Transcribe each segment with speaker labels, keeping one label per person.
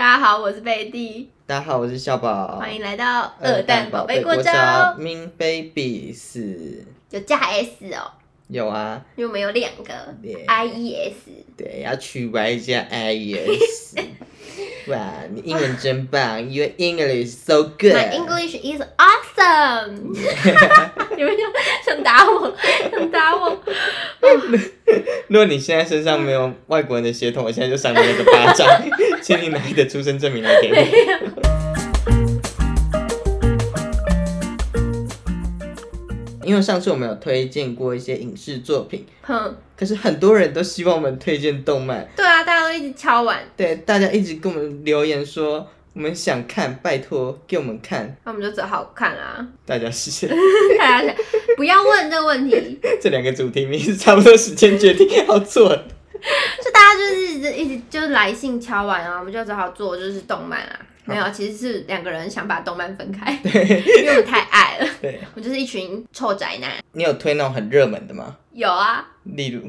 Speaker 1: 好，我是贝蒂，
Speaker 2: 大家好，我是小宝，
Speaker 1: 欢迎来到二蛋宝贝过招，
Speaker 2: ，Min Baby 是
Speaker 1: 有加 S 哦，
Speaker 2: 有啊，
Speaker 1: 因为我们有两个
Speaker 2: 对
Speaker 1: I E S，
Speaker 2: 对，要取完一下 I S。哇，你英文真棒，Your English so good。
Speaker 1: My English is awesome，你们想想打我，想打我，
Speaker 2: 如果你现在身上没有外国人的血统，我现在就赏你一个 巴掌，请你拿你的出生证明来给我。因为上次我们有推荐过一些影视作品，
Speaker 1: 哼，
Speaker 2: 可是很多人都希望我们推荐动漫，
Speaker 1: 对啊，大家都一直敲碗，
Speaker 2: 对大家一直跟我们留言说我们想看，拜托给我们看。
Speaker 1: 那我们就只好看啊，
Speaker 2: 大家是谁？
Speaker 1: 大家想啊不要问这个问题，
Speaker 2: 这两个主题名是差不多时间决定要做的。
Speaker 1: 就大家就是一直一直就是来信敲碗啊，我们就只好做就是动漫啊。没有，其实是两个人想把动漫 分开，因为我们太爱了。
Speaker 2: 对
Speaker 1: 我们就是一群臭宅男。
Speaker 2: 你有推那种很热门的吗？
Speaker 1: 有啊，
Speaker 2: 例如，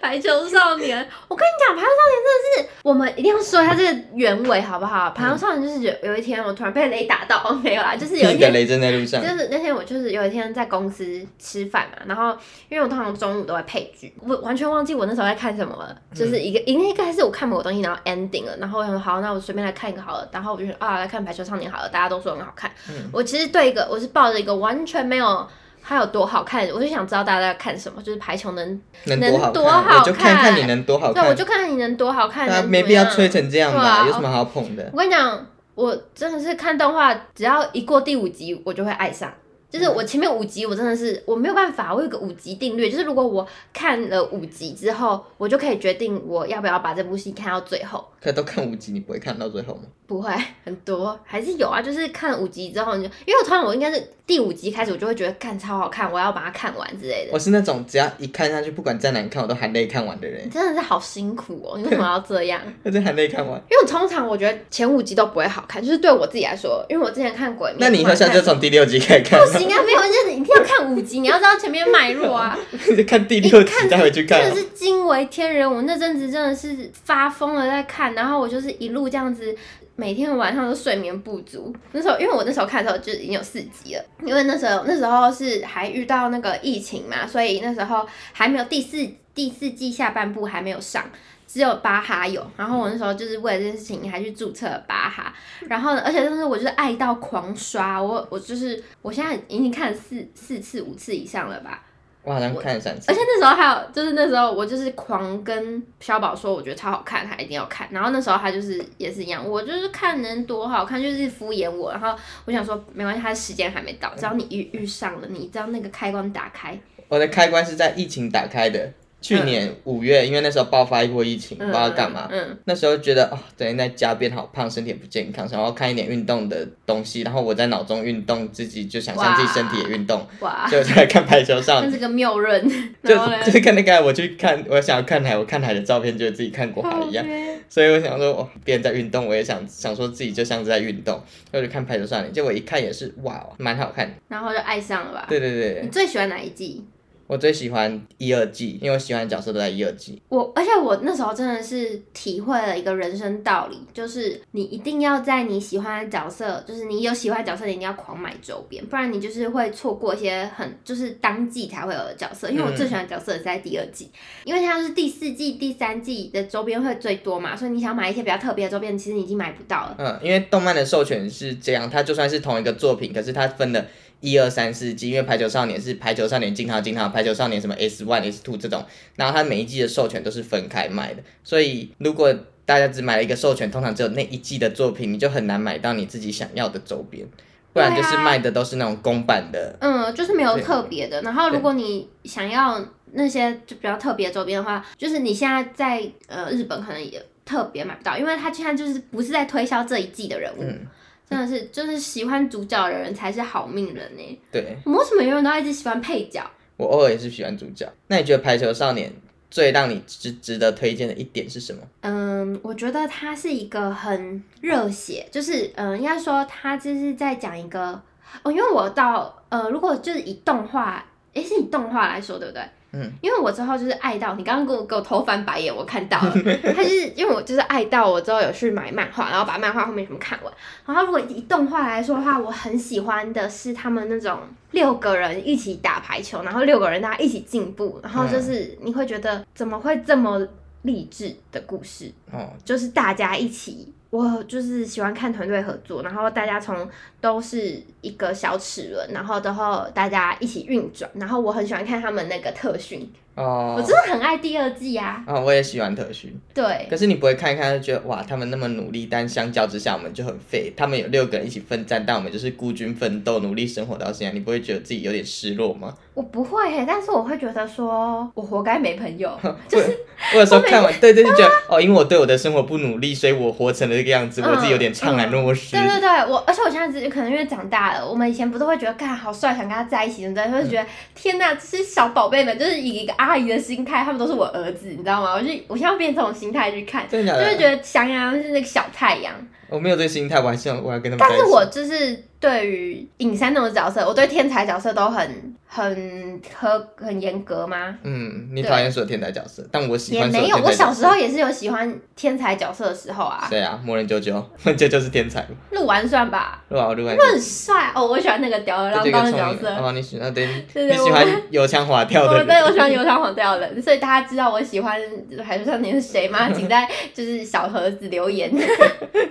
Speaker 1: 排球少年，我跟你讲，排球少年真的是，我们一定要说一下这个原委好不
Speaker 2: 嗯
Speaker 1: 好？排球少年就是有有一天我突然被雷打到，没 有啦，就是有一
Speaker 2: 第一个
Speaker 1: 天。
Speaker 2: 雷震在路
Speaker 1: 就
Speaker 2: 上。
Speaker 1: 是那天我就是有一天在公司吃饭嘛，然后因为我通常中午都会配剧，我完全忘记我那时候在看什么了，
Speaker 2: 嗯
Speaker 1: 就是一个应该是我看某个东西然后 ending 了，然后我想说好，那我随便来看一个好了，然后我就说啊来看《排球少年》好了，大家都说很好看，
Speaker 2: 嗯
Speaker 1: 我其实对一个我是抱着一个完全没有。它有多好看？我就想知道大家在看什么，就是排球能，
Speaker 2: 能多好
Speaker 1: 能多好看
Speaker 2: 我就看看你能多好
Speaker 1: 对，我
Speaker 2: 看。
Speaker 1: 就看看你能多好看。
Speaker 2: 大家
Speaker 1: 能
Speaker 2: 没
Speaker 1: 怎么
Speaker 2: 必要
Speaker 1: 样
Speaker 2: 吹成这样
Speaker 1: 对
Speaker 2: 吧，
Speaker 1: 啊
Speaker 2: 有什么好捧的？
Speaker 1: 我跟你讲，我真的是看动画，只要一过第五集，我就会爱上。就是
Speaker 2: 嗯
Speaker 1: 我前面五集，我真的是我没有办法，我有个五集定律，就是如果我看了五集之后，我就可以决定我要不要把这部戏看到最后。
Speaker 2: 可都看五集，你不会看到最后吗？
Speaker 1: 不会很多，还是有啊，就是看五集之后你就，因为我通常我应该是第五集开始，我就会觉得看超好看，我要把它看完之类的。
Speaker 2: 我是那种只要一看下去，不管再难看，我都含泪看完的
Speaker 1: 你
Speaker 2: 人。
Speaker 1: 真的是好辛苦哦，你为什么要这样？
Speaker 2: 我就含泪看完。
Speaker 1: 因为我通常我觉得前五集都不会好看，就是对我自己来说，因为我之前看鬼灭，
Speaker 2: 那你以后
Speaker 1: 突然
Speaker 2: 下次
Speaker 1: 看
Speaker 2: 就从第六集开始看
Speaker 1: 不，行啊，没有，就是你一定要看五集，你要知道前面脉络啊。
Speaker 2: 就看第
Speaker 1: 你
Speaker 2: 六集再回去看
Speaker 1: 哎真
Speaker 2: 啊
Speaker 1: 的。是惊为天人。我那阵子真的是发疯了在看，然后我就是一路这样子，每天晚上都睡眠不足。那时候因为我那时候看的时候就已经有四集了，因为那时候那时候是还遇到那个疫情嘛，所以那时候还没有第四第四季下半部还没有上。只有巴哈有，然后我那时候就是为了这件事情还去注册了巴哈，然后呢，而且当时我就是爱到狂刷，我我就是我现在已经看了四四次五次以上了吧，
Speaker 2: 我好像看了三次
Speaker 1: 而且。那时候还有，就是那时候我就是狂跟小宝说，我觉得超好看，他一定要看。然后那时候他就是也是一样，我就是看能多好看，就是敷衍我。然后我想说没关系，他时间还没到，只要你遇遇上了，你知道那个开关打开，
Speaker 2: 我的开关是在疫情打开的，去年五月，因为那时候爆发一波疫情，不
Speaker 1: 嗯
Speaker 2: 知道干嘛。
Speaker 1: 嗯，
Speaker 2: 那时候觉得哦，整天在家变好胖，身体也不健康，想要看一点运动的东西，然后我在脑中运动，自己就想象自己身体也运动，
Speaker 1: 嗯 哇，
Speaker 2: 所以我就来看排球少
Speaker 1: 那
Speaker 2: 年，
Speaker 1: 是个妙人。
Speaker 2: 就
Speaker 1: 然后嘞
Speaker 2: 就是跟那个我去看，我想要看海，我看海的照片，觉得自己看过海一
Speaker 1: 哦
Speaker 2: 样，所以我想说，哦，别人在运动，我也想想说自己就像是在运动，所以我就看排球少年，结果一看也是哇，蛮好看的，
Speaker 1: 然后就爱上了吧？
Speaker 2: 对对对
Speaker 1: 你
Speaker 2: 对，
Speaker 1: 最喜欢哪一季？
Speaker 2: 我最喜欢一二季，因为我喜欢的角色都在一二季。
Speaker 1: 我而且我那时候真的是体会了一个人生道理，就是你一定要在你喜欢的角色，就是你有喜欢的角色，你一定要狂买周边，不然你就是会错过一些很就是当季才会有的角色。因为我
Speaker 2: 嗯
Speaker 1: 最喜欢的角色是在第二季，因为它是第四季、第三季的周边会最多嘛，所以你想买一些比较特别的周边，其实你已经买不到了。
Speaker 2: 嗯，因为动漫的授权是这样，它就算是同一个作品，可是它分了一二三四季，因为排球少年是排球少年金汤金汤，排球少年什么 S one S two 这种，然后它每一季的授权都是分开卖的，所以如果大家只买了一个授权，通常只有那一季的作品，你就很难买到你自己想要的周边，不然就是
Speaker 1: 对啊
Speaker 2: 卖的都是那种公版的。
Speaker 1: 嗯，就是没有
Speaker 2: 对
Speaker 1: 特别的。然后，
Speaker 2: 对
Speaker 1: 如果你想要那些就比较特别的周边的话，就是你现在在呃日本可能也特别买不到，因为他现在就是不是在推销这一季的人物，
Speaker 2: 嗯
Speaker 1: 真的是就是喜欢主角的人才是好命人呢、
Speaker 2: 对
Speaker 1: 我们为什么永远都要一直喜欢配角？
Speaker 2: 我偶尔也是喜欢主角。那你觉得排球少年最让你值值得推荐的一点是什么？
Speaker 1: 嗯，我觉得他是一个很热血，就是嗯，应该说他就是在讲一个哦，因为我到呃，如果就是以动画，诶，是以动画来说对不对？嗯，因为我之后就是爱到你刚刚给我给我偷翻白眼，我看到了，他就是因为我就是爱到我之后有去买漫画，然后把漫画后面全部看完。然后如果以动画来说的话，我很喜欢的是他们那种六个人一起打排球，然后六个人大家一起进步，然后就是你会觉得怎么会这么励志的故事，
Speaker 2: 哦，
Speaker 1: 就是大家一起。我就是喜欢看团队合作，然后大家从都是一个小齿轮，然后之后大家一起运转，然后我很喜欢看他们那个特训，
Speaker 2: 哦，
Speaker 1: 我真的很爱第二季啊。
Speaker 2: 啊、我也喜欢特训，
Speaker 1: 对
Speaker 2: 可是你不会看一看就觉得哇，他们那么努力，但相较之下我们就很废。他们有六个人一起奋战，但我们就是孤军奋斗，努力生活到现在，你不会觉得自己有点失落吗？
Speaker 1: 我不会耶、但是我会觉得说我活该没朋友，就是
Speaker 2: 我有时候看完，对对，就觉得哦，因为我对我的生活不努力，所以我活成了这个样子，我自己有点怅然 若失。
Speaker 1: 对对对，我而且我现在只可能因为长大了，我们以前不是会觉得干好帅，想跟他在一起，对不对？会觉得、天哪，这些小宝贝们就是以一个阿姨的心态，他们都是我儿子，你知道吗？我就我现在会变成这种心态去看，
Speaker 2: 真的
Speaker 1: 就
Speaker 2: 假
Speaker 1: 会
Speaker 2: 的？
Speaker 1: 觉得翔阳是那个小太阳。
Speaker 2: 我没有这个心态，我还是想我要跟他们
Speaker 1: 但
Speaker 2: 在一
Speaker 1: 是
Speaker 2: 起。
Speaker 1: 我就是对于尹山那种角色，我对天才角色都很很苛很严格吗？
Speaker 2: 嗯，你讨厌所有天才角色，但我喜
Speaker 1: 也
Speaker 2: 欢所
Speaker 1: 没有，
Speaker 2: 天
Speaker 1: 我
Speaker 2: 才角色。
Speaker 1: 小时候也是有喜欢天才角色的时候啊。
Speaker 2: 谁啊？魔人啾 啾，魔人啾啾是天才吗？
Speaker 1: 鹿丸算吧，
Speaker 2: 对吧？我另外一
Speaker 1: 鹿丸很帅哦，我喜欢那个吊儿
Speaker 2: 个，这
Speaker 1: 郎
Speaker 2: 就
Speaker 1: 当
Speaker 2: 一
Speaker 1: 的
Speaker 2: 个
Speaker 1: 角
Speaker 2: 聪明
Speaker 1: 色
Speaker 2: 人。。哦，你喜欢对，
Speaker 1: 对
Speaker 2: 你
Speaker 1: 对，我
Speaker 2: 喜哦欢油腔滑调
Speaker 1: 我
Speaker 2: 的
Speaker 1: 对
Speaker 2: 人。
Speaker 1: 我喜欢油腔黄调的人，所以大家知道我喜欢海豚少年是谁吗？请 在就是小盒子留言。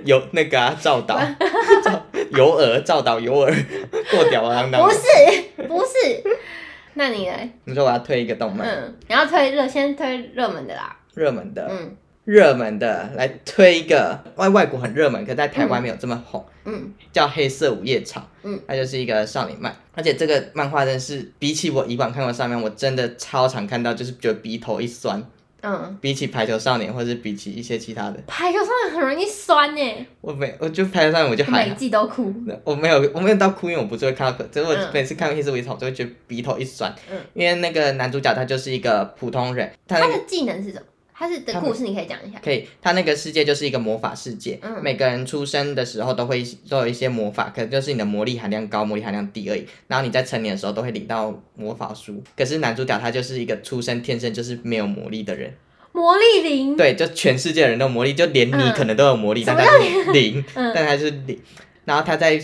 Speaker 2: 有 那个啊，赵导，赵尤尔，赵导尤尔， 过啊吊儿郎当
Speaker 1: 不。是不是，那你呢？
Speaker 2: 你说我要推一个动漫，
Speaker 1: 嗯，你要推热，先推热门的啦。
Speaker 2: 热门的，
Speaker 1: 嗯
Speaker 2: 热门的来推一个外外国很热门，可在台湾没有这么红，
Speaker 1: 嗯，
Speaker 2: 叫《黑色午夜草》。
Speaker 1: 嗯，
Speaker 2: 它就是一个少女漫，而且这个漫画真的是比起我以往看过的少女漫，我真的超常看到，就是觉得鼻头一酸。
Speaker 1: 嗯，
Speaker 2: 比起排球少年，或者是比起一些其他的，
Speaker 1: 排球上面很容易酸呢、
Speaker 2: 我没，我就排球少年我就还
Speaker 1: 每
Speaker 2: 好。
Speaker 1: 季都哭。
Speaker 2: 我没有，我没有到哭，因为我不是会看到可，就是
Speaker 1: 嗯
Speaker 2: 我每次看《黑色微草》我就会觉得鼻头一酸，
Speaker 1: 嗯
Speaker 2: 因为那个男主角他就是一个普通人，他
Speaker 1: 他
Speaker 2: 那个
Speaker 1: 的技能是什么？他是的
Speaker 2: 他
Speaker 1: 故事你可以讲一下。
Speaker 2: 可以，他那个世界就是一个魔法世界，
Speaker 1: 嗯
Speaker 2: 每个人出生的时候都会都有一些魔法，可能就是你的魔力含量高，魔力含量低而已。然后你在成年的时候都会领到魔法书，可是男主角他就是一个出生天生就是没有魔力的人，
Speaker 1: 魔力林，
Speaker 2: 对，就全世界的人都有魔力，就连你
Speaker 1: 嗯
Speaker 2: 可能都有魔力，
Speaker 1: 什
Speaker 2: 但
Speaker 1: 么
Speaker 2: 他是零，
Speaker 1: 嗯
Speaker 2: 但他是零。然后他在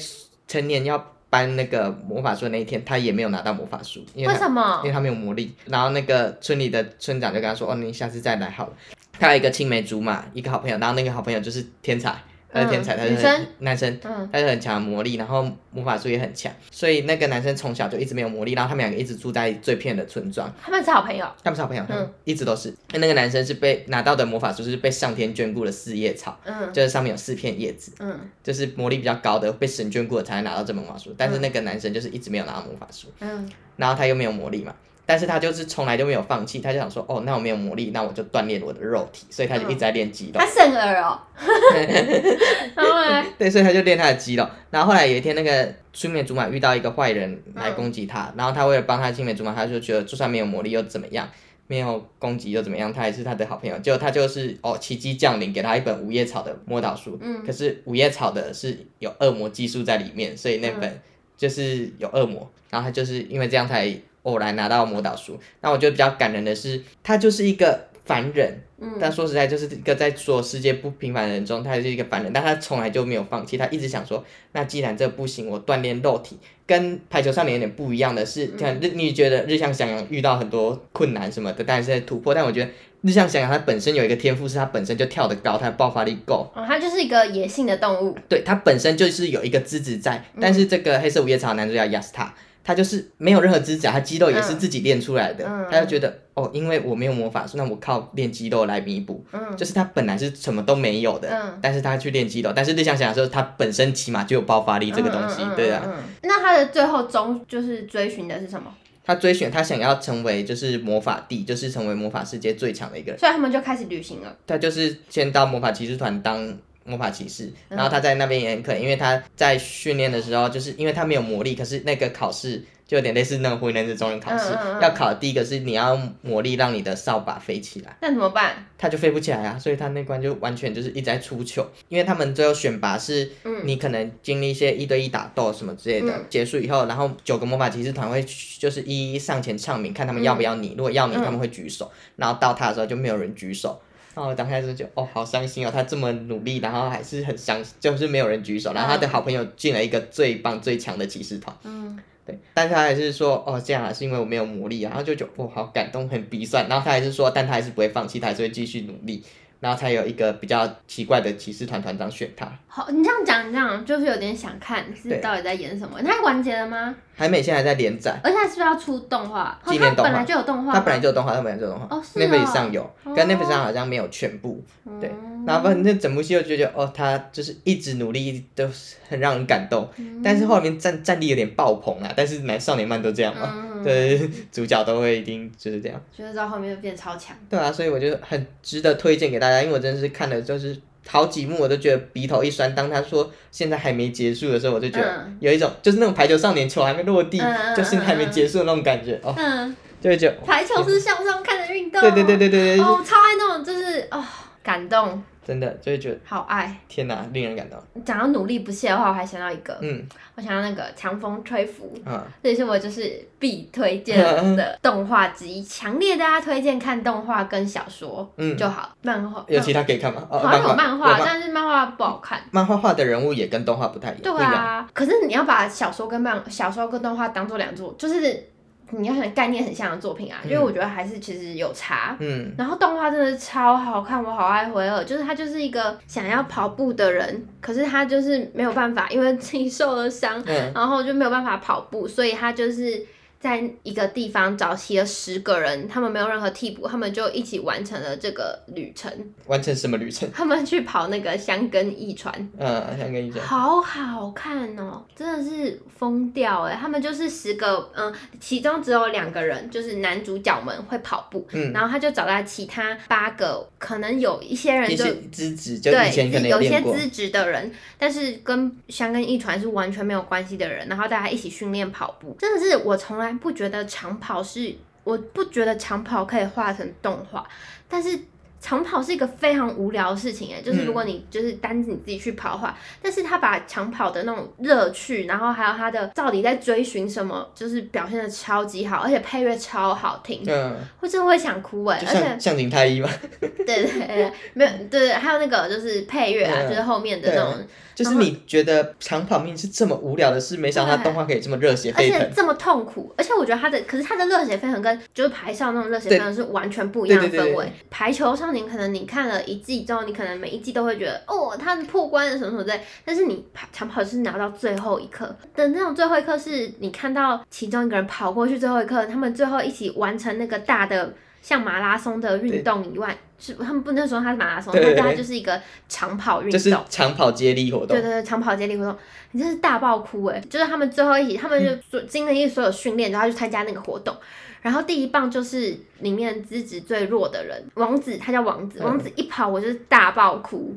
Speaker 2: 成年要搬那个魔法书的那一天，他也没有拿到魔法书，因为
Speaker 1: 为
Speaker 2: 他
Speaker 1: 什么
Speaker 2: 因为？他没有魔力。然后那个村里的村长就跟他说：“哦，你下次再来好了。”他有一个青梅竹马，一个好朋友，然后那个好朋友就是天才，他是天才，
Speaker 1: 嗯
Speaker 2: 他是
Speaker 1: 女生
Speaker 2: 男生，
Speaker 1: 嗯
Speaker 2: 他是很强的魔力，然后魔法术也很强，所以那个男生从小就一直没有魔力，然后他们两个一直住在最偏的村庄，
Speaker 1: 他们是好朋友。
Speaker 2: 他们是好朋友，他们
Speaker 1: 嗯
Speaker 2: 一直都是。那那个男生是被拿到的魔法术是被上天眷顾的四叶草，
Speaker 1: 嗯
Speaker 2: 就是上面有四片叶子，
Speaker 1: 嗯
Speaker 2: 就是魔力比较高的被神眷顾的才能拿到这本魔法术，但是那个男生就是一直没有拿到魔法书。
Speaker 1: 嗯
Speaker 2: 然后他又没有魔力嘛，但是他就是从来就没有放弃，他就想说，哦，那我没有魔力，那我就锻炼我的肉体，所以他就一直在练肌肉
Speaker 1: 他，圣儿哦。 然后呢？
Speaker 2: 对，所以他就练他的肌肉。然后后来有一天，那个青梅竹马遇到一个坏人来攻击他，然后他为了帮他青梅竹马，他就觉得就算没有魔力又怎么样，没有攻击又怎么样，他还是他的好朋友。结果他就是哦，奇迹降临，给他一本五叶草的魔导书，
Speaker 1: 嗯
Speaker 2: 可是五叶草的是有恶魔技术在里面，所以那本就是有恶魔，然后他就是因为这样才偶然拿到魔导书。那我觉得比较感人的是，他就是一个凡人，
Speaker 1: 嗯
Speaker 2: 但说实在，就是一个在所有世界不平凡的人中，他还是一个凡人，但他从来就没有放弃，他一直想说，那既然这不行，我锻炼肉体。跟排球少年有点不一样的是，
Speaker 1: 嗯
Speaker 2: 像日你觉得日向翔阳遇到很多困难什么的，但是在突破，但我觉得日向翔阳他本身有一个天赋，是他本身就跳得高，他的爆发力够，
Speaker 1: 哦，他就是一个野性的动物。
Speaker 2: 对他本身就是有一个资质在，
Speaker 1: 嗯
Speaker 2: 但是这个黑色午夜草男主角亚斯塔，他就是没有任何资质啊，他肌肉也是自己练出来的，
Speaker 1: 嗯嗯
Speaker 2: 他就觉得哦，因为我没有魔法术，那我靠练肌肉来弥补，
Speaker 1: 嗯
Speaker 2: 就是他本来是什么都没有的，
Speaker 1: 嗯
Speaker 2: 但是他去练肌肉，但是日向想的时候，他本身起码就有爆发力这个东西，
Speaker 1: 嗯
Speaker 2: 对啊，。
Speaker 1: 嗯嗯嗯那他的最后终就是追寻的是什么？
Speaker 2: 他追寻他想要成为就是魔法帝，就是成为魔法世界最强的一个人，
Speaker 1: 所以他们就开始旅行了。
Speaker 2: 他就是先到魔法骑士团当魔法骑士，
Speaker 1: 嗯
Speaker 2: 然后他在那边也很可怜，因为他在训练的时候，就是因为他没有魔力，可是那个考试就有点类似那种火影忍者中忍考试，
Speaker 1: 嗯嗯嗯
Speaker 2: 要考第一个是你要魔力让你的扫把飞起来。
Speaker 1: 那怎么办？
Speaker 2: 他就飞不起来啊，所以他那关就完全就是一直在出糗，因为他们最后选拔是，你可能经历一些一对一打斗什么之类的，
Speaker 1: 嗯
Speaker 2: 结束以后，然后九个魔法骑士团会就是一一上前唱名，看他们要不要你，如果要你，他们会举手，然后到他的时候就没有人举手。然后我当下就觉得哦，好伤心哦！他这么努力，然后还是很伤，就是没有人举手。然后他的好朋友进了一个最棒、最强的骑士团，
Speaker 1: 嗯，
Speaker 2: 对，但他还是说哦这样啊，是因为我没有魔力啊，然后就觉得哦好感动，很鼻酸。然后他还是说，但他还是不会放弃，他还是会继续努力。然后才有一个比较奇怪的骑士团团长选他。
Speaker 1: 好，你这样讲，你这样就是有点想看是
Speaker 2: 对
Speaker 1: 到底在演什么。那它完结了吗？
Speaker 2: 海美现在还在连载，
Speaker 1: 而且它是不是要出动画？哦
Speaker 2: 纪念
Speaker 1: 它
Speaker 2: 动画
Speaker 1: 本来就有动画，
Speaker 2: 他本来就有动画，他本来就有动画、
Speaker 1: 哦是
Speaker 2: n e t f l i
Speaker 1: 哦
Speaker 2: x 上有，
Speaker 1: 哦
Speaker 2: 跟 Netflix 上好像没有全部。对
Speaker 1: 嗯
Speaker 2: 然后反正整部戏我就觉得哦，他就是一直努力，都是很让人感动。
Speaker 1: 嗯
Speaker 2: 但是后面战战力有点爆棚啊，但是男少年漫都这样嘛，
Speaker 1: 嗯，
Speaker 2: 对， 主角都会一定就是这样。
Speaker 1: 就是到后面就变超强。
Speaker 2: 对啊，所以我就很值得推荐给大家，因为我真的是看了就是好几幕，我都觉得鼻头一酸。当他说现在还没结束的时候，我就觉得
Speaker 1: 嗯
Speaker 2: 有一种、就是那种排球少年球还没落地，
Speaker 1: 嗯嗯
Speaker 2: 就是还没结束的那种感觉哦，
Speaker 1: 嗯，
Speaker 2: 就会觉得
Speaker 1: 排球是向上看的运动。
Speaker 2: 对对对对对对，
Speaker 1: 哦，我超爱那种，就是哦，感动，
Speaker 2: 真的就会觉得
Speaker 1: 好爱。
Speaker 2: 天哪，令人感动。
Speaker 1: 讲到努力不懈的话，我还想到一个，
Speaker 2: 嗯
Speaker 1: 我想到那个强风吹拂，
Speaker 2: 啊，
Speaker 1: 这也是我就是必推荐的动画之一，强烈大家推荐看动画跟小说
Speaker 2: 嗯，
Speaker 1: 就好，漫画
Speaker 2: 有其他可以看吗？哦，
Speaker 1: 好像有漫画，
Speaker 2: 有
Speaker 1: 但是漫画不好看。
Speaker 2: 漫画画的人物也跟动画不太一样，
Speaker 1: 对
Speaker 2: 不一样。
Speaker 1: 啊，可是你要把小说跟漫小说跟动画当做两作，就是你要想概念很像的作品啊，因为我觉得还是其实有差。
Speaker 2: 嗯
Speaker 1: 然后动画真的超好看，我好爱回尔，就是他就是一个想要跑步的人，可是他就是没有办法，因为自己受了伤，
Speaker 2: 嗯
Speaker 1: 然后就没有办法跑步，所以他就是在一个地方找齐了十个人，他们没有任何替补，他们就一起完成了这个旅程，
Speaker 2: 完成什么旅程？
Speaker 1: 他们去跑那个箱根驿传。
Speaker 2: 嗯，想跟你讲，
Speaker 1: 好好看哦，真的是疯掉哎！他们就是十个，嗯，其中只有两个人，就是男主角们会跑步，
Speaker 2: 嗯
Speaker 1: 然后他就找到其他八个，可能有一些人
Speaker 2: 一
Speaker 1: 就
Speaker 2: 些资质就以前可
Speaker 1: 对
Speaker 2: 能
Speaker 1: 有些
Speaker 2: 练过，
Speaker 1: 资质的人，但是跟香根一传是完全没有关系的人，然后大家一起训练跑步，真的是我从来不觉得长跑是，我不觉得长跑可以画成动画，但是。长跑是一个非常无聊的事情哎，
Speaker 2: 嗯
Speaker 1: 就是如果你就是单子你自己去跑的话，但是他把长跑的那种乐趣，然后还有他的到底在追寻什么，就是表现的超级好，而且配乐超好听，
Speaker 2: 嗯，
Speaker 1: 我真的会想哭哎，
Speaker 2: 就
Speaker 1: 而且
Speaker 2: 像像井太一嘛，
Speaker 1: 对对对对，没有对对，还有那个就是配乐啊，
Speaker 2: 嗯
Speaker 1: 就是后面的那种，
Speaker 2: 就是你觉得长跑命是这么无聊的事，没想到它动画可以这么热血
Speaker 1: 而
Speaker 2: 沸
Speaker 1: 且
Speaker 2: 腾。
Speaker 1: 这么痛苦，而且我觉得他的，可是他的热血沸腾跟就是排少那种热血沸腾是完全不一样的
Speaker 2: 对对对
Speaker 1: 氛
Speaker 2: 对
Speaker 1: 围。排球少年可能你看了一季之后，你可能每一季都会觉得哦，他破关了什么什么之类，但是你跑长跑是拿到最后一刻的那种最后一刻，是你看到其中一个人跑过去最后一刻，他们最后一起完成那个大的。像马拉松的运动以外，是他们不能说它是马拉松，
Speaker 2: 对对对
Speaker 1: 但它就是一个长跑运动，
Speaker 2: 就是长跑接力活动
Speaker 1: 对，对对，长跑接力活动，你真是大爆哭哎！就是他们最后一起，他们就所经历所有训练，然后去参加那个活动。然后第一棒就是里面资质最弱的人，王子，他叫王子。
Speaker 2: 嗯
Speaker 1: 王子一跑，我就是大爆 哭，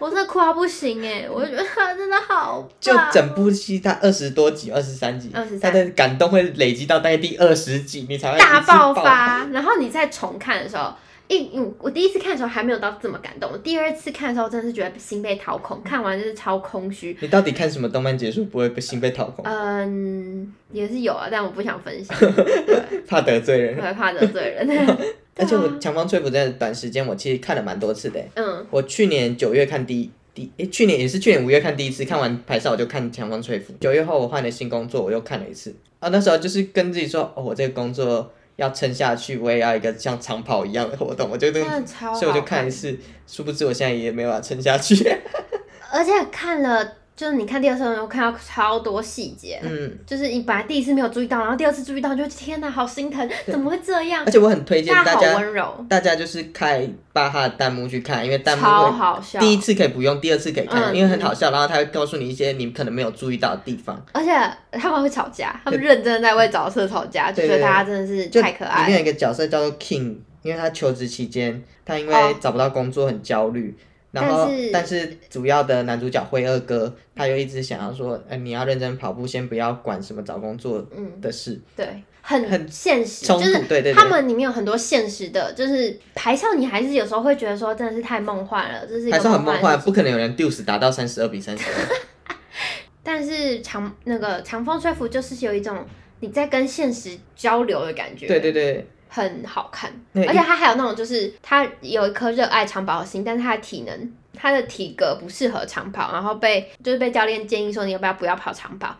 Speaker 1: 我真的哭到不行哎！我就觉得他真的好棒，
Speaker 2: 就整部戏它二十多集、二十三集
Speaker 1: 23，
Speaker 2: 它的感动会累积到大概第二十集，你才会
Speaker 1: 大
Speaker 2: 一次
Speaker 1: 爆
Speaker 2: 爆。
Speaker 1: 发。然后你再重看的时候。一嗯我第一次看的时候还没有到这么感动，我第二次看的时候真的是觉得心被掏空，看完就是超空虚，
Speaker 2: 你到底看什么动漫结束不会被心被掏空，
Speaker 1: 嗯，也是有啊，但我不想分享，嗯对，啊
Speaker 2: 怕得罪人？
Speaker 1: 会怕得罪人。
Speaker 2: 而且我《强方吹拂》在短时间我其实看了蛮多次的欸，
Speaker 1: 嗯，
Speaker 2: 我去年九月看第一。第诶，去年也是去年五月看第一次，看完排少我就看《强风吹拂》。九月后我换了新工作，我又看了一次。啊，那时候就是跟自己说，哦，我这个工作要撑下去，我也要一个像长跑一样的活动。我就跟
Speaker 1: 真，的啊超好，
Speaker 2: 所以我就看一，次。殊不知我现在也没有办法撑 下去。
Speaker 1: 而且看了，就是你看第二次的时候，看到超多细节。
Speaker 2: 嗯，
Speaker 1: 就是你本来第一次没有注意到，然后第二次注意到，你就天哪，好心 疼，怎么会这样
Speaker 2: 而？且我很推荐
Speaker 1: 大
Speaker 2: 大
Speaker 1: 家好
Speaker 2: 家，
Speaker 1: 温柔，
Speaker 2: 大家就是开巴哈的弹幕去看，因为弹幕
Speaker 1: 超
Speaker 2: 会
Speaker 1: 好笑。
Speaker 2: 第一次可以不用，第二次可以看，
Speaker 1: 嗯
Speaker 2: 因为很好笑，然后他会告诉你一些你可能没有注意到的地方。
Speaker 1: 而且他们会吵架，他们认真在为角色吵架，就
Speaker 2: 对
Speaker 1: 觉得
Speaker 2: 对
Speaker 1: 大家真的是
Speaker 2: 就
Speaker 1: 太可
Speaker 2: 里
Speaker 1: 爱
Speaker 2: 面
Speaker 1: 了。
Speaker 2: 有一个角色叫做 King，因为他求职期间，他因为
Speaker 1: 哦
Speaker 2: 找不到工作很焦虑，然后
Speaker 1: 但是
Speaker 2: 但是主要的男主角辉二哥，他又一直想要说，呃，你要认真跑步，先不要管什么找工作
Speaker 1: 嗯，
Speaker 2: 的事。
Speaker 1: 对，很
Speaker 2: 很
Speaker 1: 现实，
Speaker 2: 冲
Speaker 1: 就
Speaker 2: 突
Speaker 1: 是
Speaker 2: 对对对
Speaker 1: 他们里面有很多现实的，就是排校你还是有时候会觉得说真的是太梦幻了，这是一
Speaker 2: 还
Speaker 1: 个
Speaker 2: 是很梦
Speaker 1: 幻的
Speaker 2: 幻，
Speaker 1: 事
Speaker 2: 不可能有人 deuce 达到三十二比三十二。
Speaker 1: 但是长那个长风吹拂就是有一种你在跟现实交流的感觉，
Speaker 2: 对对对，
Speaker 1: 很好看。
Speaker 2: 那
Speaker 1: 而且他还有那种就是他有一颗热爱长跑的心，但是他的体能。他的体格不适合长跑，然后被就是被教练建议说你要不要不要跑长跑，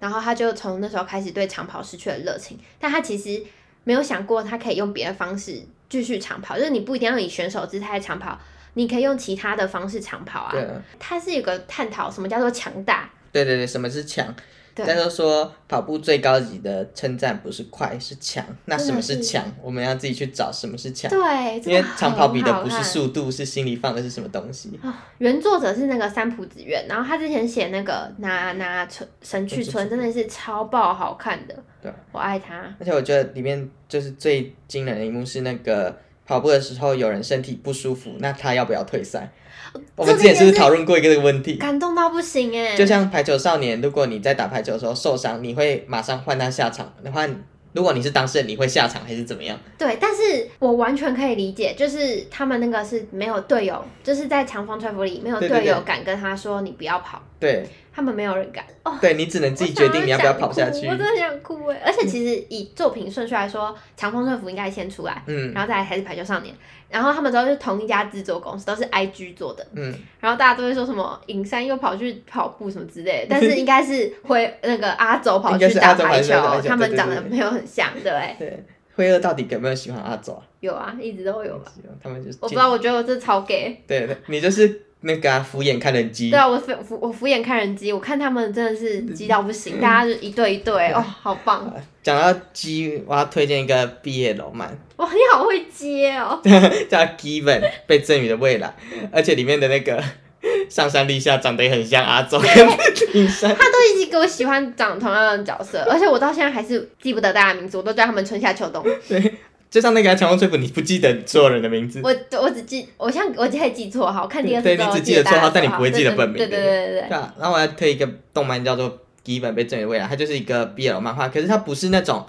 Speaker 1: 然后他就从那时候开始对长跑失去了热情。但他其实没有想过他可以用别的方式继续长跑，就是你不一定要以选手姿态长跑，你可以用其他的方式长跑啊
Speaker 2: 对。啊
Speaker 1: 他是有个探讨什么叫做强大，
Speaker 2: 对对对，什么是强？
Speaker 1: 对
Speaker 2: 大家都说跑步最高级的称赞不是快，是强。那
Speaker 1: 真的
Speaker 2: 什么是
Speaker 1: 是
Speaker 2: 强？我们要自己去找什么是强。
Speaker 1: 对，真
Speaker 2: 因为
Speaker 1: 的
Speaker 2: 长跑
Speaker 1: 很
Speaker 2: 比的
Speaker 1: 好
Speaker 2: 不是
Speaker 1: 看
Speaker 2: 速度，是心里放的是什么东西。
Speaker 1: 啊原作者是那个三浦子苑，然后他之前写那个哪哪村神去村，真的是超爆好看的，
Speaker 2: 对，啊
Speaker 1: 我爱他。
Speaker 2: 而且我觉得里面就是最惊人的一幕是那个跑步的时候有人身体不舒服，那他要不要退赛？
Speaker 1: 呃
Speaker 2: 我们之前是不是讨论过一个这个问题？
Speaker 1: 感动到不行哎、
Speaker 2: 就像排球少年，如果你在打排球的时候受伤，你会马上换他下场，换如果你是当事人，你会下场还是怎么样？
Speaker 1: 对，但是我完全可以理解，就是他们那个是没有队友，就是在强风吹拂里没有
Speaker 2: 对对
Speaker 1: 队友
Speaker 2: 对
Speaker 1: 敢跟他说你不要跑，
Speaker 2: 对，
Speaker 1: 他们没有人敢哦。
Speaker 2: 对你只能自己决定你要不要跑下去
Speaker 1: 我。真的想哭哎、而且其实以作品顺序来说，强风吹拂应该先出来，
Speaker 2: 嗯
Speaker 1: 然后再来才是排球少年，然后他们都是同一家制作公司，都是 IG 做的。
Speaker 2: 嗯，
Speaker 1: 然后大家都会说什么尹山又跑去跑步什么之类的， 但是应该是会那个阿走跑去打排
Speaker 2: 应该是
Speaker 1: 球
Speaker 2: 阿走跑去打排，球
Speaker 1: 他们
Speaker 2: 对对对
Speaker 1: 长得没有很像，对不对？
Speaker 2: 对，辉二到底有没有喜欢阿走啊？
Speaker 1: 有啊，一直都有吧。
Speaker 2: 他们就是
Speaker 1: 我不知道，我觉得我这超 gay。
Speaker 2: 对，对你就是那个、啊、敷衍看人机
Speaker 1: 对。啊，我敷敷我敷衍看人机，我看他们真的是
Speaker 2: 嗯
Speaker 1: 鸡到不行，大家就一对一对，哦，好棒！
Speaker 2: 讲到鸡，我要推荐一个毕业楼漫，
Speaker 1: 哇，你好会接 哦。
Speaker 2: 叫《Given》被赠予的未来，而且里面的那个 上山立夏长得也很像阿忠 跟林山。
Speaker 1: 他都一直给我喜欢长同样的角色，而且我到现在还是记不得大家的名字，我都叫他们春夏秋冬。
Speaker 2: 就像那个啊强风吹拂，你不记得所有人的名字，
Speaker 1: 我我只记，我像我可以记错哈，我看第二次
Speaker 2: 对
Speaker 1: 之后
Speaker 2: 你只
Speaker 1: 记
Speaker 2: 记得
Speaker 1: 大家
Speaker 2: 绰号但你
Speaker 1: 绰号
Speaker 2: 不会记得本名
Speaker 1: 对对对对对对
Speaker 2: 对啊。然后我要推一个动漫叫做《Given》被赠予的未来，它就是一个 BL 漫画，可是它不是那种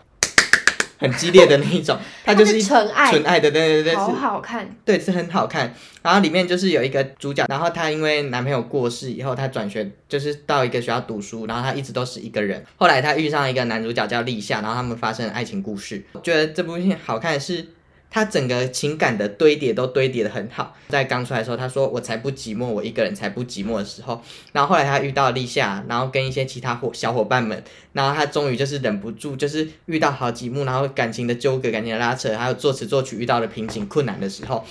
Speaker 2: 很激烈的那一种，它就是一
Speaker 1: 纯爱，
Speaker 2: 纯爱的，对对对，
Speaker 1: 好
Speaker 2: 是
Speaker 1: 好看，
Speaker 2: 对，是很好看。然后里面就是有一个主角，然后她因为男朋友过世以后，她转学就是到一个学校读书，然后她一直都是一个人。后来她遇上一个男主角叫立夏，然后他们发生了爱情故事。我觉得这部片好看的是。她整个情感的堆叠都堆叠的很好，在刚出来的时候，她说我才不寂寞，我一个人才不寂寞的时候，然后后来她遇到立夏，然后跟一些其他伙小伙伴们，然后她终于就是忍不住，就是遇到好几幕，然后感情的纠葛、感情的拉扯，还有作词作曲遇到的瓶颈、困难的时候，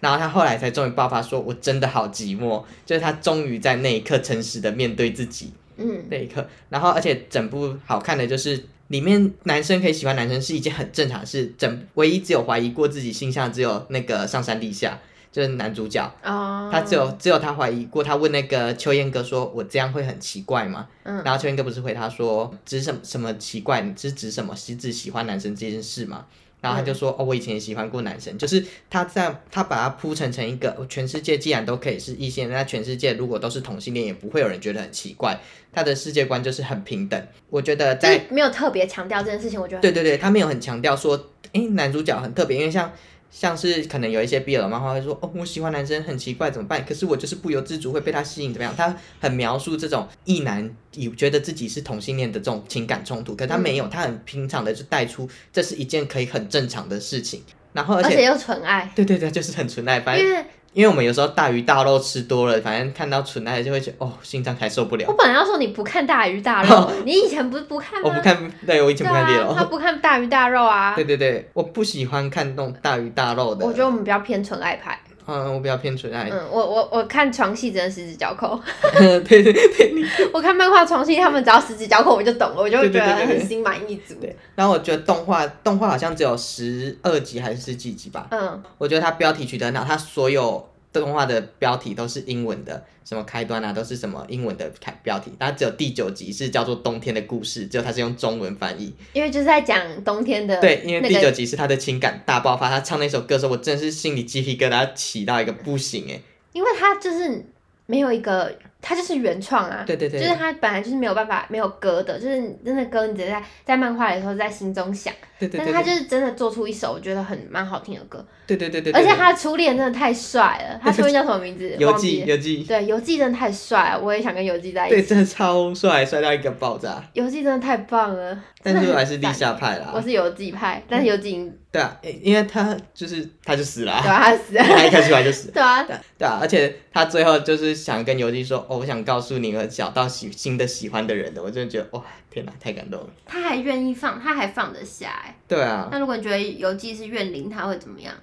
Speaker 2: 然后他后来才终于爆发说，我真的好寂寞，就是他终于在那一刻诚实的面对自己
Speaker 1: 嗯，
Speaker 2: 那一刻。然后而且整部好看的就是里面男生可以喜欢男生是一件很正常的事，整唯一只有怀疑过自己性向只有那个上山立夏，就是男主角。
Speaker 1: 哦，
Speaker 2: 他只有只有他怀疑过，他问那个秋燕哥说：“我这样会很奇怪吗？”
Speaker 1: 嗯
Speaker 2: 然后秋燕哥不是回他说：“指什么什么奇怪？你是指什么？是指喜欢男生这件事吗？”然后他就说：“哦，我以前也喜欢过男生，就是他在他把它铺陈成一个全世界既然都可以是异性恋，那全世界如果都是同性恋，也不会有人觉得很奇怪。他的世界观就是很平等。我觉得
Speaker 1: 就
Speaker 2: 在
Speaker 1: 是没有特别强调这件事情，我觉得
Speaker 2: 对对对，他没有很强调说，诶，男主角很特别，因为像像是可能有一些 BL 漫画会说，哦，我喜欢男生很奇怪怎么办？可是我就是不由自主会被他吸引，怎么样？他很描述这种异男以觉得自己是同性恋的这种情感冲突，可他没
Speaker 1: 嗯
Speaker 2: 有，他很平常的就带出这是一件可以很正常的事情，然后而
Speaker 1: 而
Speaker 2: 且。
Speaker 1: 且又纯爱，
Speaker 2: 对对对，就是很纯爱。反正，
Speaker 1: 因为
Speaker 2: 因为我们有时候大鱼大肉吃多了，反正看到纯爱就会觉得，哦，心脏还受不了
Speaker 1: 我。本来要说你不看大鱼大肉，你以前不是不看吗？
Speaker 2: 哦我不看，对我以前
Speaker 1: 对
Speaker 2: 不看 BL，、
Speaker 1: 啊，他不看大鱼大肉啊。
Speaker 2: 对对对，我不喜欢看那种大鱼大肉的。
Speaker 1: 我觉得我们比较偏纯爱派，
Speaker 2: 嗯，我比较偏纯爱。
Speaker 1: 嗯，我我我看床戏真的十指交扣，嗯
Speaker 2: 对对对
Speaker 1: 我看漫画床戏，他们只要十指交扣我就懂了，我就会觉
Speaker 2: 对对
Speaker 1: 得
Speaker 2: 对对对
Speaker 1: 很心满意足。
Speaker 2: 对。然后我觉得动画动画好像只有十二集还是十几集吧。
Speaker 1: 嗯，
Speaker 2: 我觉得它标题取得很好，它所有动画的标题都是英文的，什么开端啊都是什么英文的开标题。它只有第九集是叫做《冬天的故事》，只有它是用中文翻译。
Speaker 1: 因为就是在讲冬天的
Speaker 2: 对，因为
Speaker 1: 嗯那
Speaker 2: 第
Speaker 1: 个
Speaker 2: 九集是他的情感大爆发，他唱那首歌的时候，我真的是心里鸡皮疙瘩起到一个不行哎、
Speaker 1: 因因为它就是没有一个，它就是原创啊。
Speaker 2: 对对
Speaker 1: 就
Speaker 2: 对，
Speaker 1: 是它本来就是没有办法没有歌的，就是真的歌，你只是在在漫画里头在心中想，
Speaker 2: 对对
Speaker 1: 但
Speaker 2: 对
Speaker 1: 是他
Speaker 2: 对
Speaker 1: 就是真的做出一首我觉得很蛮好听的歌，
Speaker 2: 对对对对，
Speaker 1: 而且
Speaker 2: 对
Speaker 1: 他的初恋真的太帅 了，他初恋叫什么名字？
Speaker 2: 游
Speaker 1: 忘记
Speaker 2: 记
Speaker 1: 了
Speaker 2: 游记，
Speaker 1: 对，游记真的太帅了，我也想跟游记在一
Speaker 2: 对，
Speaker 1: 起。
Speaker 2: 真的超帅，帅到一个爆炸。
Speaker 1: 游记真的太棒了，
Speaker 2: 但
Speaker 1: 真
Speaker 2: 是
Speaker 1: 的
Speaker 2: 我还
Speaker 1: 很
Speaker 2: 是立
Speaker 1: 赞
Speaker 2: 夏啊派
Speaker 1: 我
Speaker 2: 啦，
Speaker 1: 是游记派，但是游记已经
Speaker 2: 对啊，因因为他就是他就死了
Speaker 1: 对
Speaker 2: 啊，
Speaker 1: 啊，他死 了，
Speaker 2: 他一开始来就死 了。
Speaker 1: 对啊，
Speaker 2: 对啊对啊，而且他最后就是想跟游记说，哦，我想告诉你，我找到喜新的喜欢的人了。我真的觉得，哇，天哪，太感动了。
Speaker 1: 他还愿意放，他还放得下哎。
Speaker 2: 对啊，
Speaker 1: 那如果你觉得游记是怨灵，他会怎么样？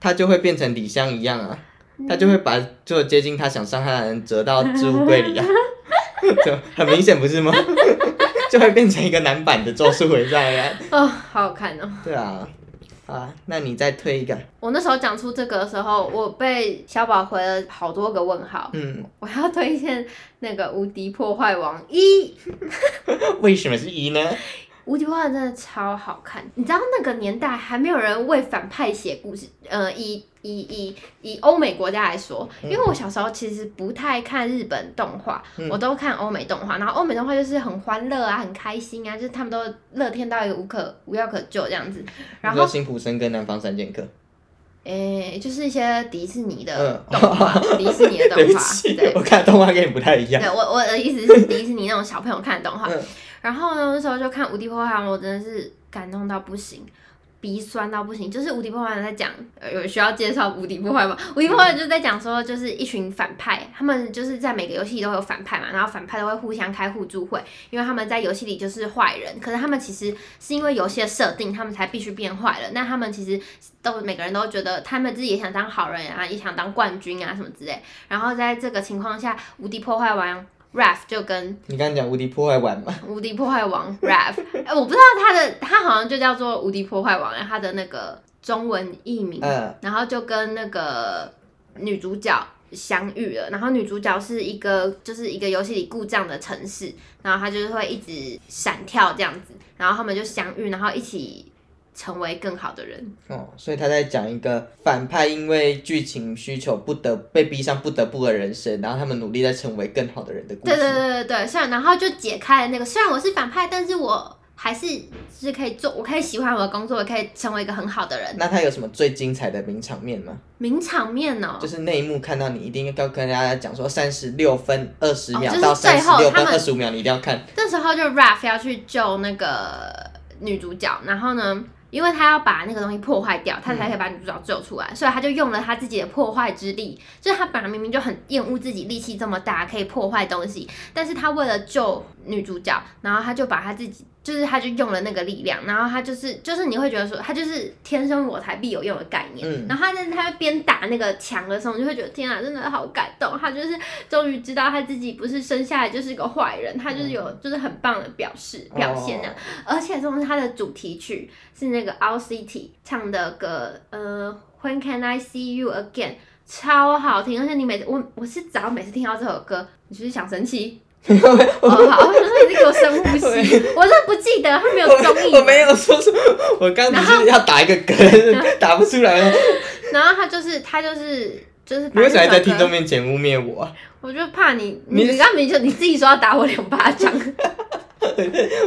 Speaker 2: 他就会变成李湘一样啊，
Speaker 1: 嗯
Speaker 2: 他就会把所有接近他想伤害的人折到置物柜 里啊，就很明显不是吗？ 就会变成一个男版的《咒术回战》啊。
Speaker 1: 哦，好好看哦。
Speaker 2: 对啊，啊，那你再推一个，
Speaker 1: 我那时候讲出这个的时候，我被小宝回了好多个问号。
Speaker 2: 嗯，
Speaker 1: 我要推荐那个《无敌破坏王一》，《
Speaker 2: 为什么是一呢？
Speaker 1: 无敌破坏王》真的超好看。你知道那个年代还没有人为反派写故事，呃，以以以以欧美国家来说，因为我小时候其实不太看日本动画，
Speaker 2: 嗯
Speaker 1: 我都看欧美动画。然后欧美动画就是很欢乐啊，很开心啊，就是他们都乐天到一个无可无药可救这样子。然
Speaker 2: 你说
Speaker 1: 后，
Speaker 2: 辛普森跟南方三剑客，
Speaker 1: 诶、就是一些迪士尼的
Speaker 2: 嗯
Speaker 1: 动 画，迪士尼的
Speaker 2: 对
Speaker 1: 动
Speaker 2: 不
Speaker 1: 画，
Speaker 2: 起
Speaker 1: 对，
Speaker 2: 我看动画跟你不太一样。
Speaker 1: 对我我的意思是迪士尼那种小朋友看的动画。
Speaker 2: 嗯
Speaker 1: 然后呢，那时候就看《无敌破坏王》，我真的是感动到不行，鼻酸到不行。就是《无敌破坏王》在讲，呃，有需要介绍《无敌破坏王》。《无敌破坏王》就是在讲说，就是一群反派，他们就是在每个游戏都有反派嘛，然后反派都会互相开互助会，因为他们在游戏里就是坏人，可是他们其实是因为游戏的设定，他们才必须变坏人。那他们其实都每个人都觉得他们自己也想当好人啊，也想当冠军啊什么之类。然后在这个情况下，无敌破坏王 Raf 就跟
Speaker 2: 你刚刚讲无敌破坏玩嘛？
Speaker 1: 无敌破坏王 Raf，哎、我不知道他的他好像就叫做无敌破坏王，他的那个中文译名，
Speaker 2: 嗯，
Speaker 1: 然后就跟那个女主角。相遇了，然后女主角是一个就是一个游戏里故障的城市，然后她就是会一直闪跳这样子，然后他们就相遇，然后一起成为更好的人。
Speaker 2: 哦，所以他在讲一个反派因为剧情需求不得被逼上不得不的人生，然后他们努力在成为更好的人的故事。
Speaker 1: 对对对对对，虽然然后就解开了那个，虽然我是反派，但是我还是就是可以做，我可以喜欢我的工作，我可以成为一个很好的人。
Speaker 2: 那他有什么最精彩的名场面吗？
Speaker 1: 名场面哦，
Speaker 2: 就是那一幕看到你一定要跟大家讲说三十六分二十秒
Speaker 1: 哦就是
Speaker 2: 到三十
Speaker 1: 最
Speaker 2: 六
Speaker 1: 后他
Speaker 2: 分
Speaker 1: 们
Speaker 2: 二十五秒，你一定要看。
Speaker 1: 那时候就 Raf 要去救那个女主角，然后呢，因为他要把那个东西破坏掉，他才可以把女主角救出来，所以他就用了他自己的破坏之力，就是他本来明明就很厌恶自己力气这么大，可以破坏东西，但是他为了救女主角，然后他就把他自己。就是他就用了那个力量，然后他就是就是你会觉得说他就是天生我材必有用的概念，
Speaker 2: 嗯
Speaker 1: 然后他在他边打那个墙的时候，你就会觉得天啊，真的好感动。他就是终于知道他自己不是生下来就是个坏人，他就是有就是很棒的表示
Speaker 2: 哦
Speaker 1: 表现啊。而且这是他的主题曲是那个 All City 唱的歌，呃，When Can I See You Again，超好听。而且你每次我我是只要每次听到这首歌，你就是想生 气。哦，好，然后你给我深呼吸，我真的不记得他没有
Speaker 2: 我
Speaker 1: 综艺
Speaker 2: 没我没有说是，我刚刚只是要打一个 嗝，打不出来了。
Speaker 1: 然后他就是他就是就是
Speaker 2: 你
Speaker 1: 把
Speaker 2: 为什么还
Speaker 1: 这
Speaker 2: 在
Speaker 1: 首
Speaker 2: 听
Speaker 1: 歌
Speaker 2: 众面前污蔑我啊？
Speaker 1: 我就怕你，
Speaker 2: 你
Speaker 1: 你刚明就你自己说要打我两巴掌，
Speaker 2: 我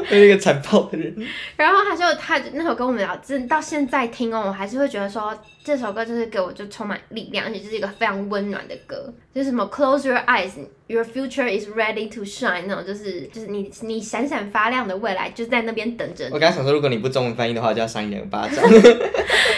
Speaker 2: 是一个残暴的人。
Speaker 1: 然后他就他那首歌我们俩真的到现在听哦，我还是会觉得说这首歌就是给我就充满力量，而且就是一个非常温暖的歌，就是什么 Close your eyes, your future is ready to shine 那种，就是就是你你闪闪发亮的未来就在那边等着你
Speaker 2: 我，刚刚想说，如果你不中文翻译的话，我就要扇你两巴掌。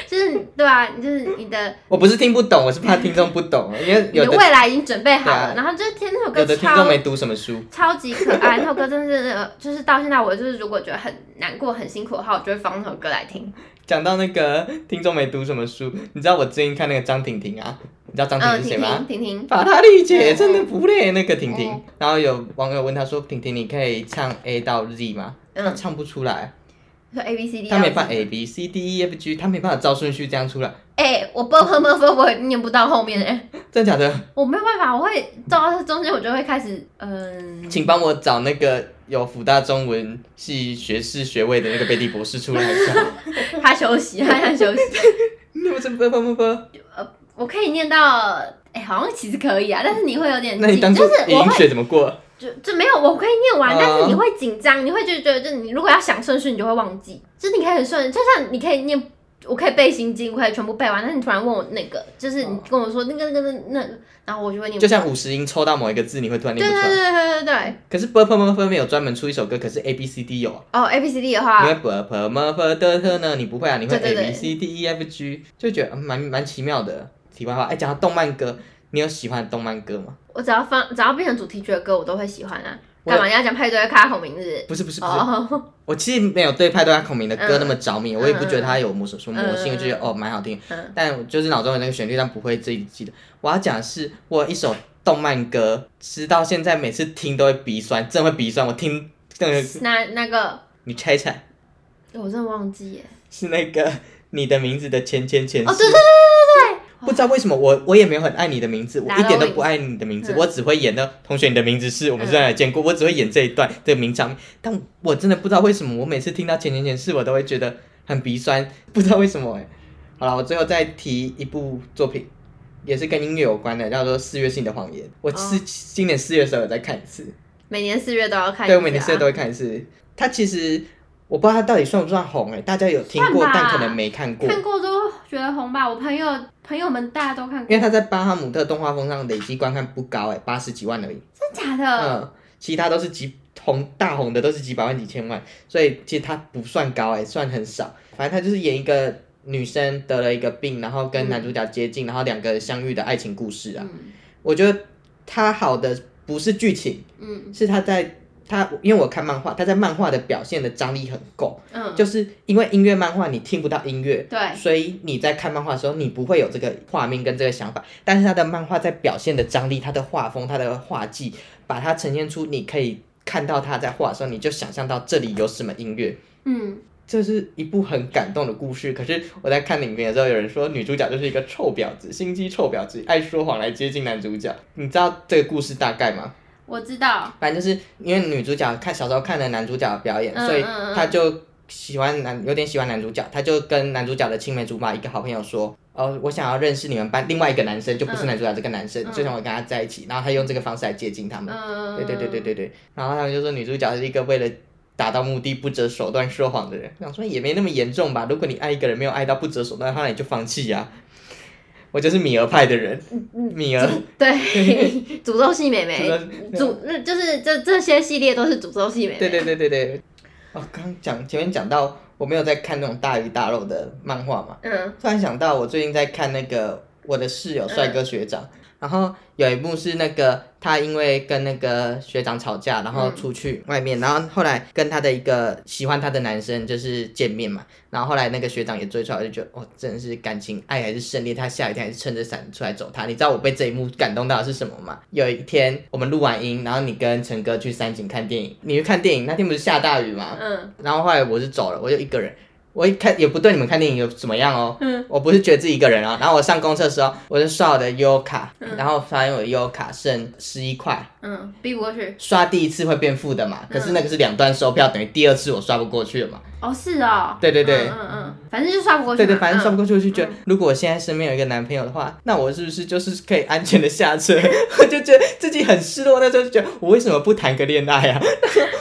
Speaker 1: 就是你对啊，就是你的
Speaker 2: 我不是听不懂，我是怕听众不懂，因为
Speaker 1: 你
Speaker 2: 有
Speaker 1: 的
Speaker 2: 的
Speaker 1: 未来已经准备好了，
Speaker 2: 对啊
Speaker 1: 然后就听那首歌
Speaker 2: 有的听
Speaker 1: 超
Speaker 2: 众没读什么书。
Speaker 1: 超级可爱，那首歌真的是呃就是到现在我就是如果觉得很难过很辛苦的话，我就会放那首歌来听。
Speaker 2: 讲到那个听众没读什么书，你知道我最近看那个张婷婷啊，你知道张
Speaker 1: 嗯，
Speaker 2: 婷婷是谁
Speaker 1: 婷
Speaker 2: 吗
Speaker 1: 婷，？婷婷，
Speaker 2: 法拉利姐
Speaker 1: 嗯
Speaker 2: 真的不累，那个婷婷。
Speaker 1: 嗯
Speaker 2: 然后有网友问她说：“婷婷，你可以唱 A 到 Z 吗？”她
Speaker 1: 嗯，
Speaker 2: 唱不出来，
Speaker 1: 说 A B C D，
Speaker 2: 她没办
Speaker 1: 法。
Speaker 2: 法 A B C D E F G，她没办法照顺序这样出来，
Speaker 1: 哎，我啵啵啵啵，我念不到后面哎，
Speaker 2: 真的假的？
Speaker 1: 我没有办法，我会到这中间我就会开始，嗯，
Speaker 2: 请帮我找那个有福大中文系学士学位的那个贝蒂博士出来一下。
Speaker 1: 他休息，他想休息，
Speaker 2: 那么这啵啵啵啵，
Speaker 1: 我可以念到哎、好像其实可以啊，但是你会有点
Speaker 2: 那你
Speaker 1: 紧
Speaker 2: 当初
Speaker 1: 就是我
Speaker 2: 银
Speaker 1: 会
Speaker 2: 雪怎么过？
Speaker 1: 就就没有，我可以念完，
Speaker 2: 嗯
Speaker 1: 但是你会紧张，你会就觉得，就你如果要想顺序，你就会忘记。就是你可以很顺，就像你可以念，我可以背心经，我可以全部背完，但是你突然问我那个，就是你
Speaker 2: 嗯
Speaker 1: 跟我说那个那个那个，然后我就会念不
Speaker 2: 就
Speaker 1: 出来。
Speaker 2: 像五十音抽到某一个字，你会突然
Speaker 1: 对
Speaker 2: 念
Speaker 1: 对
Speaker 2: 不
Speaker 1: 啊
Speaker 2: 出
Speaker 1: 对
Speaker 2: 来。
Speaker 1: 对对对，
Speaker 2: 可是 b u r p m f 没有专门出一首歌，可是 A B C D 有
Speaker 1: 哦
Speaker 2: 啊。
Speaker 1: ，A B C D 的
Speaker 2: 因
Speaker 1: 话
Speaker 2: 为，b u r p m f 的特呢，你不会啊，你会
Speaker 1: 对
Speaker 2: A
Speaker 1: 对对
Speaker 2: B C D E F G，就觉得嗯蛮蛮奇妙的。题外话，哎，讲到动漫歌，你有喜欢的动漫歌吗？
Speaker 1: 我只要放，只要变成主题曲的歌，我都会喜欢啊。
Speaker 2: 我
Speaker 1: 干嘛你要讲派对卡孔明日？
Speaker 2: 不是不是不是，
Speaker 1: 哦，
Speaker 2: 我其实没有对派对阿孔明的歌
Speaker 1: 嗯
Speaker 2: 那么着迷，我也不觉得它有魔什么魔
Speaker 1: 嗯
Speaker 2: 性，我就觉得哦蛮好听，
Speaker 1: 嗯
Speaker 2: 但我就是脑中有那个旋律，但不会自己记得。我要讲的是，我有一首动漫歌，直到现在每次听都会鼻酸，真的会鼻酸。我听那个，
Speaker 1: 那那个
Speaker 2: 你猜一猜，
Speaker 1: 我真的忘记耶。
Speaker 2: 是那个你的名字的前前前世。
Speaker 1: 哦，对对对对对对，
Speaker 2: 不知道为什么我我也没有很爱你的名字，我
Speaker 1: 哪
Speaker 2: 一
Speaker 1: 都
Speaker 2: 点都
Speaker 1: 会
Speaker 2: 不爱你的名字，
Speaker 1: 嗯
Speaker 2: 我只会演的同学你的名字是我们虽然也见过，我只会演这一段的名场面，但我真的不知道为什么我每次听到前前前世我都会觉得很鼻酸，不知道为什么哎、 好了，我最后再提一部作品，也是跟音乐有关的，叫做《四月性的谎言》，我是今年四月的时候有再看一次，
Speaker 1: 每年四月都要看一次啊。
Speaker 2: 对我每年四月都会看一次，它其实。我不知道它到底算不算红哎、大家有听过
Speaker 1: 算吧，
Speaker 2: 但可能没看过。
Speaker 1: 看过都觉得红吧，我朋友朋友们大家都看过，
Speaker 2: 因为
Speaker 1: 真
Speaker 2: 他在巴哈姆特动画风上累积观看不高哎、八十几万而已。
Speaker 1: 假的？
Speaker 2: 嗯，其他都是几红大红的都是几百万几千万，所以其实它不算高哎、算很少。反正他就是演一个女生得了一个病，然后跟男主角接近，然后两个人相遇的爱情故事啊。
Speaker 1: 嗯
Speaker 2: 我觉得它好的不是剧情，
Speaker 1: 嗯
Speaker 2: 是他在他因为我看漫画，他在漫画的表现的张力很够，
Speaker 1: 嗯，
Speaker 2: 就是因为音乐漫画你听不到音乐，
Speaker 1: 对，
Speaker 2: 所以你在看漫画的时候，你不会有这个画面跟这个想法，但是他的漫画在表现的张力、他的画风、他的画技，把它呈现出你可以看到他在画的时候，你就想象到这里有什么音乐。
Speaker 1: 嗯，
Speaker 2: 这是一部很感动的故事，可是我在看影片的时候，有人说女主角就是一个臭婊子，心机臭婊子，爱说谎来接近男主角。你知道这个故事大概吗？
Speaker 1: 我知道，
Speaker 2: 反正就是因为女主角看小时候看了男主角的表演，
Speaker 1: 嗯
Speaker 2: 所以
Speaker 1: 嗯嗯
Speaker 2: 她就喜欢男，有点喜欢男主角，她就跟男主角的青梅竹马一个好朋友说，哦，我想要认识你们班另外一个男生，就不是
Speaker 1: 嗯
Speaker 2: 男主角这个男生，
Speaker 1: 嗯
Speaker 2: 就想我跟他在一起，然后她用这个方式来接近他们。
Speaker 1: 嗯，
Speaker 2: 对对对对对对，然后他们就说女主角是一个为了。达到目的不择手段说谎的人，我想说也没那么严重吧。如果你爱一个人没有爱到不择手段，那你就放弃呀、我就是米儿派的人，
Speaker 1: 嗯
Speaker 2: 米儿
Speaker 1: 对，诅咒系美眉
Speaker 2: 诅，
Speaker 1: 诅那就是这这些系列都是诅咒系美眉，
Speaker 2: 对对对对对。哦，刚讲前面讲到我没有在看那种大鱼大肉的漫画嘛，
Speaker 1: 嗯
Speaker 2: 突然想到我最近在看那个《我的室友帅哥学长》然后有一幕是那个他因为跟那个学长吵架，然后出去外面，然后后来跟他的一个喜欢他的男生就是见面嘛，然后后来那个学长也追出来，我就觉得哦，真的是感情爱还是胜利，他下雨天还是撑着伞出来走他。你知道我被这一幕感动到的是什么吗？有一天我们录完音，然后你跟陈哥去三井看电影，你去看电影那天不是下大雨吗？
Speaker 1: 嗯
Speaker 2: 然后后来我是走了，我就一个人。我一看也不对你们看电影有怎么样哦，
Speaker 1: 嗯
Speaker 2: 我不是觉得自己一个人啊。然后我上公厕的时候，我就刷我的优卡，然后发现我的优卡剩十一块，
Speaker 1: 嗯，避不过去，
Speaker 2: 刷第一次会变负的嘛，可是那个是两段收票，等于第二次我刷不过去了嘛。
Speaker 1: 哦是哦，
Speaker 2: 对对
Speaker 1: 嗯
Speaker 2: 对
Speaker 1: 嗯嗯，反正就刷不过去
Speaker 2: 对
Speaker 1: 嘛，
Speaker 2: 对，反正刷
Speaker 1: 嗯
Speaker 2: 不过去，我就觉得如果我现在身边有一个男朋友的话，那我是不是就是可以安全的下车？ 我就觉得自己很失落，那时候就觉得我为什么不谈个恋爱啊？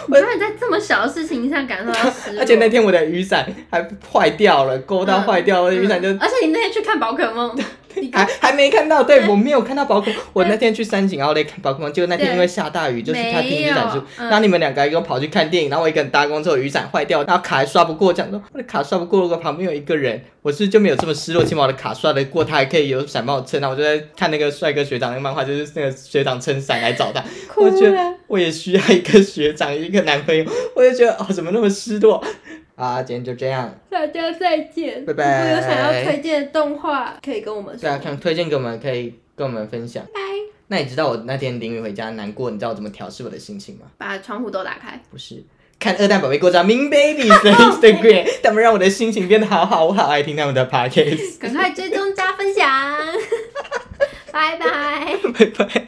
Speaker 1: 你知道你在这么小的事情上感受到失落，
Speaker 2: 而且那天我的雨伞还坏掉了，勾到坏掉，我的雨伞就
Speaker 1: 嗯而且你那天去看宝可梦，你
Speaker 2: 还还没看到，对我没有看到宝可梦。我那天去三井奥莱看宝可梦，结果那天因为下大雨，就是他听雨伞
Speaker 1: 没
Speaker 2: 树
Speaker 1: 有，嗯
Speaker 2: 然后你们两个还跟我跑去看电影，然后我一个人搭公车，我雨伞坏掉，然后卡还刷不过，讲说我的卡刷不过，如果旁边有一个人，我是不是就没有这么失落，起码我的卡刷得过，他还可以有伞帮我撑。然后我就在看那个帅哥学长那个漫画，就是那个学长撑伞来找他，
Speaker 1: 哭
Speaker 2: 我觉得
Speaker 1: 了
Speaker 2: 我也需要一个学长，一个男朋友，我就觉得哦，怎么那么失落 啊？今天就这样。
Speaker 1: 大家再见，
Speaker 2: 拜拜
Speaker 1: 如果有想要推荐的动画，可以跟我们
Speaker 2: 对
Speaker 1: 说，
Speaker 2: 啊，想推荐给我们，可以跟我们分享。那你知道我那天淋雨回家难过，你知道我怎么调试我的心情吗？
Speaker 1: 把窗户都打开。
Speaker 2: 不是看二蛋宝贝过招 Min Babies 的 Instagram，他们 让我的心情变得好好，我好爱听他们的 Podcast。
Speaker 1: 赶快追踪加分享，拜拜。
Speaker 2: 拜拜。